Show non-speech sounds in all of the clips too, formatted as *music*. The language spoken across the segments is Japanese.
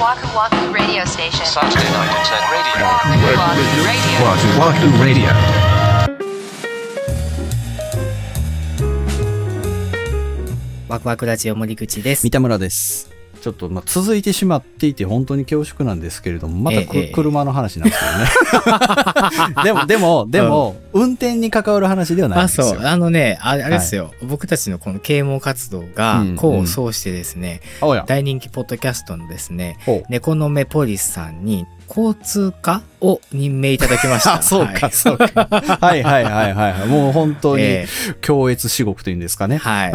Waku Waku Radio Station. Saturday night at 10 radio. Waku Waku Radio. Wahoo Wahoo Radio. ワクワクラジオ森口です三。田村です。ちょっとまあ続いてしまっていて本当に恐縮なんですけれども、またく、ええ車の話なんですよね。 *laughs* でも、でも、でも、運転に関わる話ではないんあ、ですよ。そう。あのね、ああれですよ、僕たちのこの啓蒙活動がうん、功を奏してですね、おや。大人気ポッドキャストのですね、ほう猫の目ポリスさんに、交通課を任命いただきました。あ、 *laughs* そうはか、いそうか。はいはいはいはい。もう本当にえ強越至極というんですかえね。はい。 *laughs*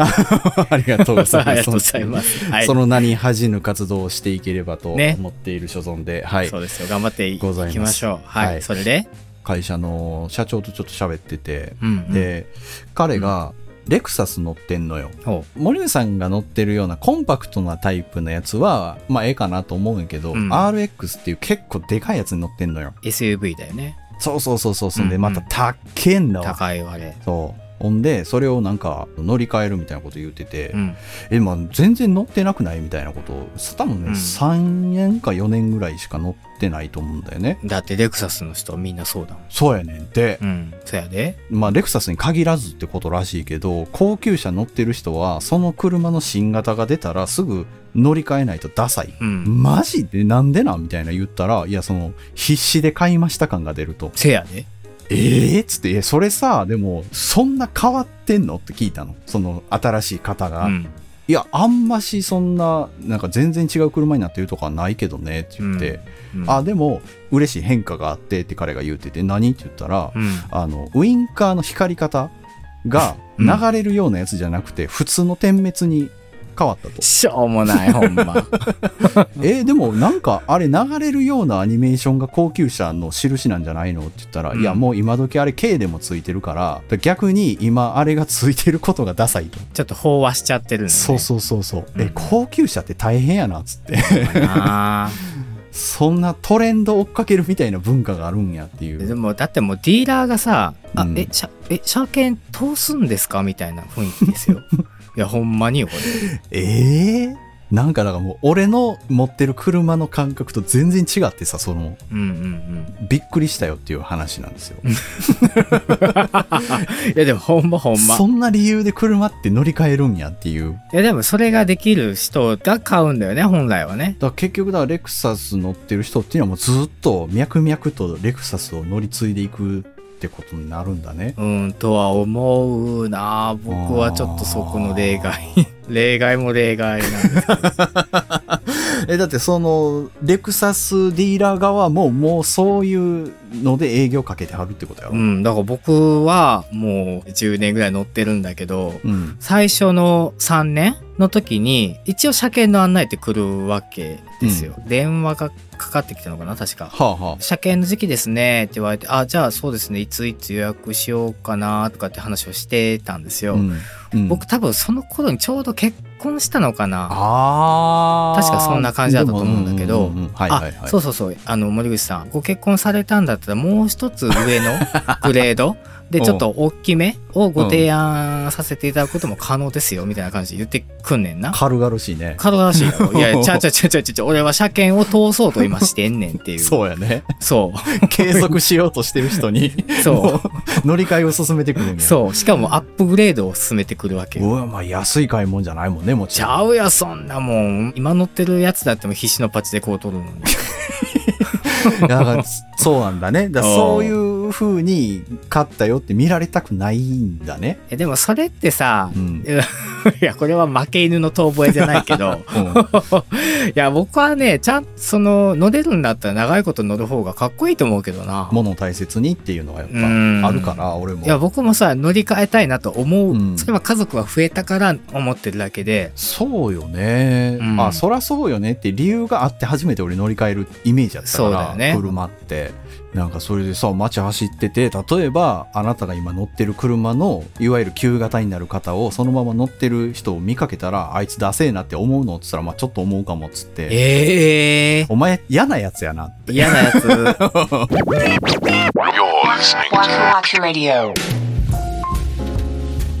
ありがとうございます。 *laughs* ありがとうございます。はい。その名に恥じぬ活動をしていければとね思っている所存で、はいそう。ですよ。頑張っていございますきましょう。はい。はいそれで、会社の社長とちょっと喋ってて、うん、うん。で、彼がレクサス乗ってんのよ。ほ森上さんが乗ってるようなコンパクトなタイプのやつは、まあ、ええかなと思うんやけど、うん RX っていう結構でかいやつに乗ってんのよ。う、SUV だよね。そうそうそうそう。そんうで、んうまんた、たっけんだわ。高いあれ。そう。ほんで、それをなんか、乗り換えるみたいなこと言ってて、うん。え、まあ、全然乗ってなくないみたいなことを、多分ね、うん3年か4年ぐらいしか乗ってないと思うんだよね。だって、レクサスの人みんなそうだもん。そうやねん。でう、ん。そやで。まあ、レクサスに限らずってことらしいけど、高級車乗ってる人は、その車の新型が出たら、すぐ乗り換えないとダサい。うん。マジでなんでなんみたいな言ったら、いや、その、必死で買いました感が出ると。せやで。ええっつって、えそれさ、でも、そんな変わってんのって聞いたの。その、新しい方うが。ん。いや、あんましそんな、なんか全然違う車になってるとかはないけどね、って言って。うんあ、、でも、嬉しい変化があってって彼が言ってて、何って言ったらう、ん。あの、ウインカーの光り方がうん流れるようなやつじゃなくて、普通の点滅に変わったと。しょうもない、ほんま。えーでもなんかあれ流れるようなアニメーションが高級車の印なんじゃないのって言ったら、うんいやもう今時あれ K でもついてるから逆に今あれがついてることがダサいと、 *laughs* ちょっと飽和しちゃってるんで、ね。そうそうそうそう、えうん高級車って大変やなっつってう。なあそんなトレンド追っかけるみたいな文化があるんやっていでうも、だってもうディーラーがさ、あ、うんえ、車、え、車検通すんですかみたいな雰囲気 *laughs* ですよ。いや、ほんまによ、これ。えーなんかだからもう俺の持ってる車の感覚と全然違ってさそのうんうんうん。びっくりしたよっていう話なんですよ、いや、でもほんまほんま。そんな理由で車って乗り換えるんやっていういや、でもそれができる人が買うんだよね、本来はね。だから結局だからレクサス乗ってる人っていうのはもうずっと脈々とレクサスを乗り継いでいくってことになるんだね。うん、とは思うなあ僕はちょっとそこの例 *laughs* 外。例外も例外なんです *laughs* けど。えだってそのレクサスディーラー側ももうそういうので営業かけてはるってことやろ。う。ん、だから僕はもう10年ぐらい乗ってるんだけど、うん最初の3年の時に一応車検の案内って来るわけですよ、電話がかかってきたのかな確かはあはあ。車検の時期ですねって言われてあじゃあそうですねいついつ予約しようかなとかって話をしてたんですよ、うんうん僕多分その頃にちょうど結婚したのかなあー確かそんな感じだったと思うんだけどでもううううんはいはいはあい。そうそうそうあの森口さんご結婚されたんだったらもう一つ上のグレー *laughs* ドでうんちょっと大きめをご提案させていただくことも可能ですよみたいな感じで言ってくんねんな。軽々しいね。軽々しいよ。いやい *laughs* や、ちゃうちゃうちゃうちゃうちゃう、俺は車検を通そうと今してんねんっていう。う。そうやね。そ *laughs* 継続しようとしてる人にう。そもう乗り換えを進めてくるんう。や。 *laughs* そう。しかもアップグレードを進めてくるわけよ。うわ、まあ安い買い物じゃないもんね、もちちろん。ゃうや、そんなもん。今乗ってるやつだっても必死のパッチでこう取るの *laughs* に。だからつそうなんだ *laughs* ね。だからうんそういう風に勝ったよって見られたくないんだね。えでもそれってさう、ん。いや、これは負け犬の遠吠えじゃないけ *laughs* ど、いや、僕はね、ちゃん、その、乗れるんだったら長いこと乗る方がかっこいいと思うけどな。物を大切にっていうのはやっうんぱあるから、俺も。いや、僕もさ、乗り換えたいなと思う。うんそれは家族が増えたから思ってるだけで、そうよね。うんあ、そらそうよねって理由があって初めて俺乗り換えるイメージだったそうかだら、よね車って。なんかそれでさ、街走ってて、例えばあなたが今乗ってる車の、いわゆる旧型になる方をそのまま乗ってる人を見かけたら、あいつダセえなって思うのって言ったら、まあちょっと思うかもっつって。ええお前嫌なやつやなっ *laughs* て嫌な *laughs* やつ。 You're listening Waku Waku Radio.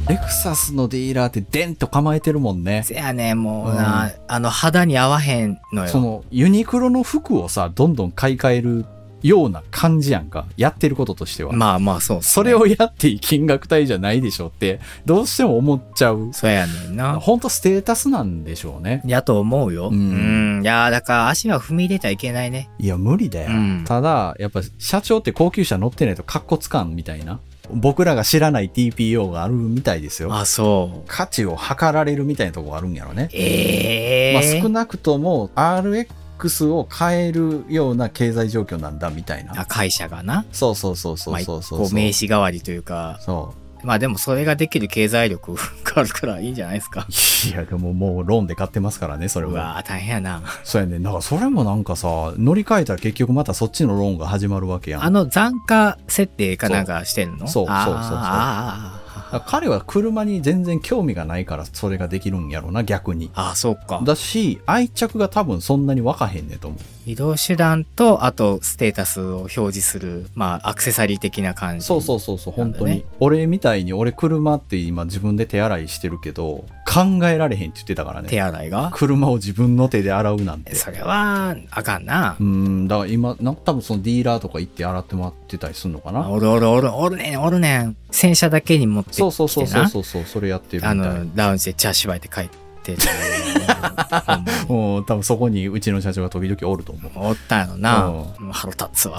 レクサスのディーラーってデンと構えてるもんねせやね、もうな、あの、肌に合わへんのそよ。のユニクロの服をさどんどん買い替えるような感じやんかやってることとしては、まあまあ、そうっすねそれ。をやっていい金額帯じゃないでしょってどうしても思っちゃうそうやねんな。ほんとステータスなんでしょうねやと思うよ。ううんん。いやーだから足は踏み入れちゃいけないね。いや無理だよ、うんただやっぱ社長って高級車乗ってないとカッコつかんみたいな僕らが知らない TPO があるみたいですよあ、そう。価値を測られるみたいなとこがあるんやろねええまあ、ー。少なくとも RX を変えるような経済状況なんだみたいな。あ会社がな。そうそうそうそうそうそまうあ、こそう名刺代わりというか、そまあでもそれができる経済力があるからいいんじゃないですか。う。いや、でももうローンで買ってますからね、それうは。わー大変やな。そうやね。なんかそれもなんかさ、乗り換えたら結局またそっちのローンが始まるわけやん。あの残価設定かなんかしてんのそうそうあーそうそうそあーうあーあー彼は車に全然興味がないからそれができるんやろうな、逆に。あー、そうか。だし、愛着が多分そんなにわかへんねんと思う。移動手段と、あとステータスを表示する、まあアクセサリー的な感じ。そうそうそうそう、本当なに。んだ俺みたいに俺車って今自分で手洗いしてるけど、考えられへんって言ってたからね。手洗いが。車を自分の手で洗うなんてそれは、あかんなう。んだから今なんか多分そのディーラーとか行って洗ってもらってたりするのかなおるおるおるおるねんおるねん洗車だけに持ってきてそなうそうそうそうそうそうそれやってるみたあいのラウンジでチャーシュバイって帰 *laughs* ってるほんまにうん多分そこにうちの社長が時々おると思うおったやろなうんもう腹立つわ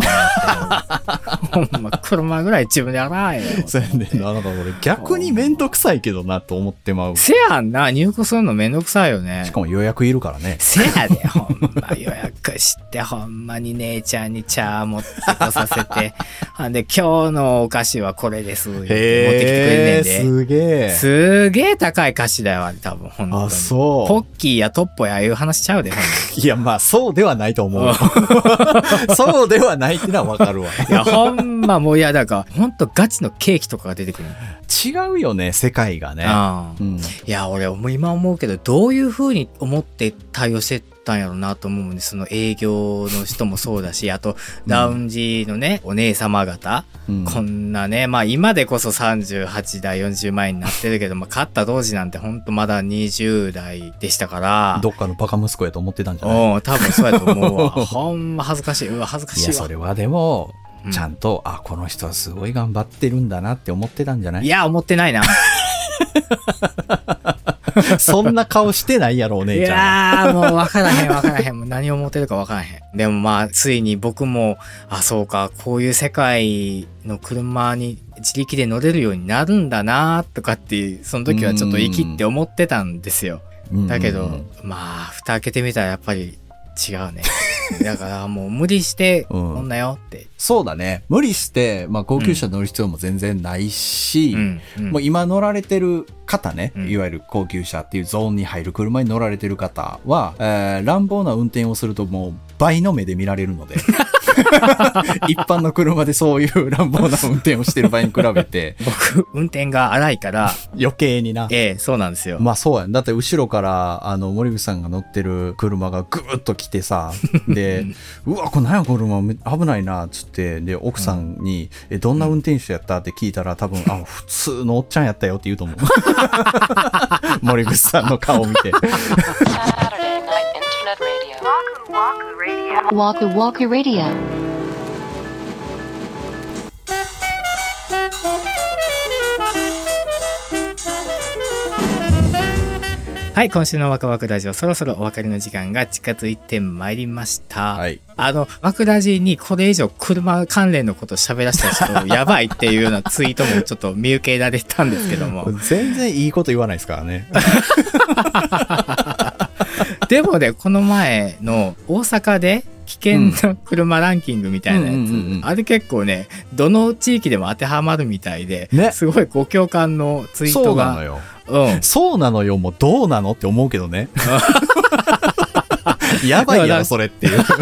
思って *laughs* ほんま車ぐらい自分で洗えよそうやねんななんか俺逆に面倒くさいけどなと思ってまうせしやんな入庫するのめんどくさいよねかも予約いるからねせやでほんま予約してほんまに姉ちゃんに茶持ってこさせ *laughs* てほんで今日のお菓子はこれです言って持ってきてくれんねんへえですげえすげえ高い歌詞だよ、あれ多分、本当に。あそうポッキーやトッポやああいう話しちゃうで、ほんいやまあそうではないと思う *laughs* そうではないってのはわかるわまに。いや、ほんまもう、いや、だから、ほんとガチのケーキとかが出てくるの。違うよね世界がねああうんいや、俺、もう今思うけど、どういう風に思って対応してたんやろうなと思うんで、その営業の人もそうだ *laughs* し、あと、ラウンジのね、お姉様方、うんこんなね、まあ今でこそ38代、40万円になってるけど、まあ勝った当時なんてほんとまだ20代でしたから、どっかのバカ息子やと思ってたんじゃないうん、多分そうやと思うわ。ほんま恥ずかしい。うわ、恥ずかいしやいわそ。れはでも、うんちゃんとあこの人はすごい頑張ってるんだなって思ってたんじゃないいや、思ってないな。そんな顔してないやろおい姉ちゃんやー、もう分からへん分からへん。もう何を思ってるか分からへん。でもまあ、ついに僕も、あ、そうか、こういう世界の車に自力で乗れるようになるんだなとかって、その時はちょっと生きって思ってたんですよ。うんだけど、まあ、蓋開けてみたらやっぱり違うね。 *laughs* だからもう無理して、うんこんなよって。そうだね無理して、まあ、高級車乗る必要も全然ないし、うん。うんもう今乗られてる方ね、うんいわゆる高級車っていうゾーンに入る車に乗られてる方は、えー乱暴な運転をするともう倍の目で見られ *laughs* るので一般の車でそういう乱暴な運転をしてる場合に比べて僕、運転が荒いから、 *laughs* 余計になええ、そうなんですよ。まあそうやん。だって後ろから、あの、森口さんが乗ってる車がぐーっと来て *laughs* さ、で、うわ、これ何やこの車め危ないな、つって、で、奥さんに、え、どんな運転手やったって聞いたら、多分、あ、普通のおっちゃんやったよって言うと *laughs* 思う。森口さんの顔見 Saturday て。Night Internet Radio. Waku Waku Radio. はい、今週のワクワクラジオ、そろそろお別れの時間が近づいてまいりました。はい。あの、ワクラジにこれ以上車関連のこと喋らせた人、やばいっていうようなツイートもちょっと見受けられたんですけど *laughs* も。全然いいこと言わないですからね。でもね、この前の大阪で危険な車ランキングみたいなやつ、うんうんうんうんあれ結構ね、どの地域でも当てはまるみたいで、ねすごいご共感のツイー *laughs* そトうなのが。よ。うん。 *laughs* そうなのよ、もうどうなのって思うけどね。やばいやでもなろ、それっていう。そう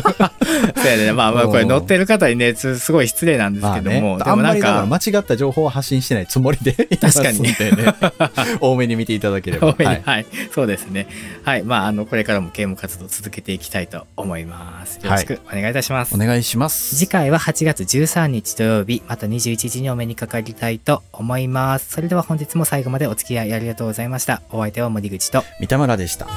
やね。まあまあ、うんこれ乗ってる方にね、すすごい失礼なんですまけあどねも、、であんもまなんりだからか、間違った情報は発信してないつもりで、 *laughs* 確かにいますん *laughs* でね多めに見ていただければ。多めにははいい、そうですね。はい、まあ、あの、これからもゲーム活動続けていきたいと思います。よろしくお願いいたします。お願いします。次回は8月13日土曜日、また21時にお目にかかりたいと思います。それでは本日も最後までお付き合いありがとうございました。お相手は森口と、三田村でした。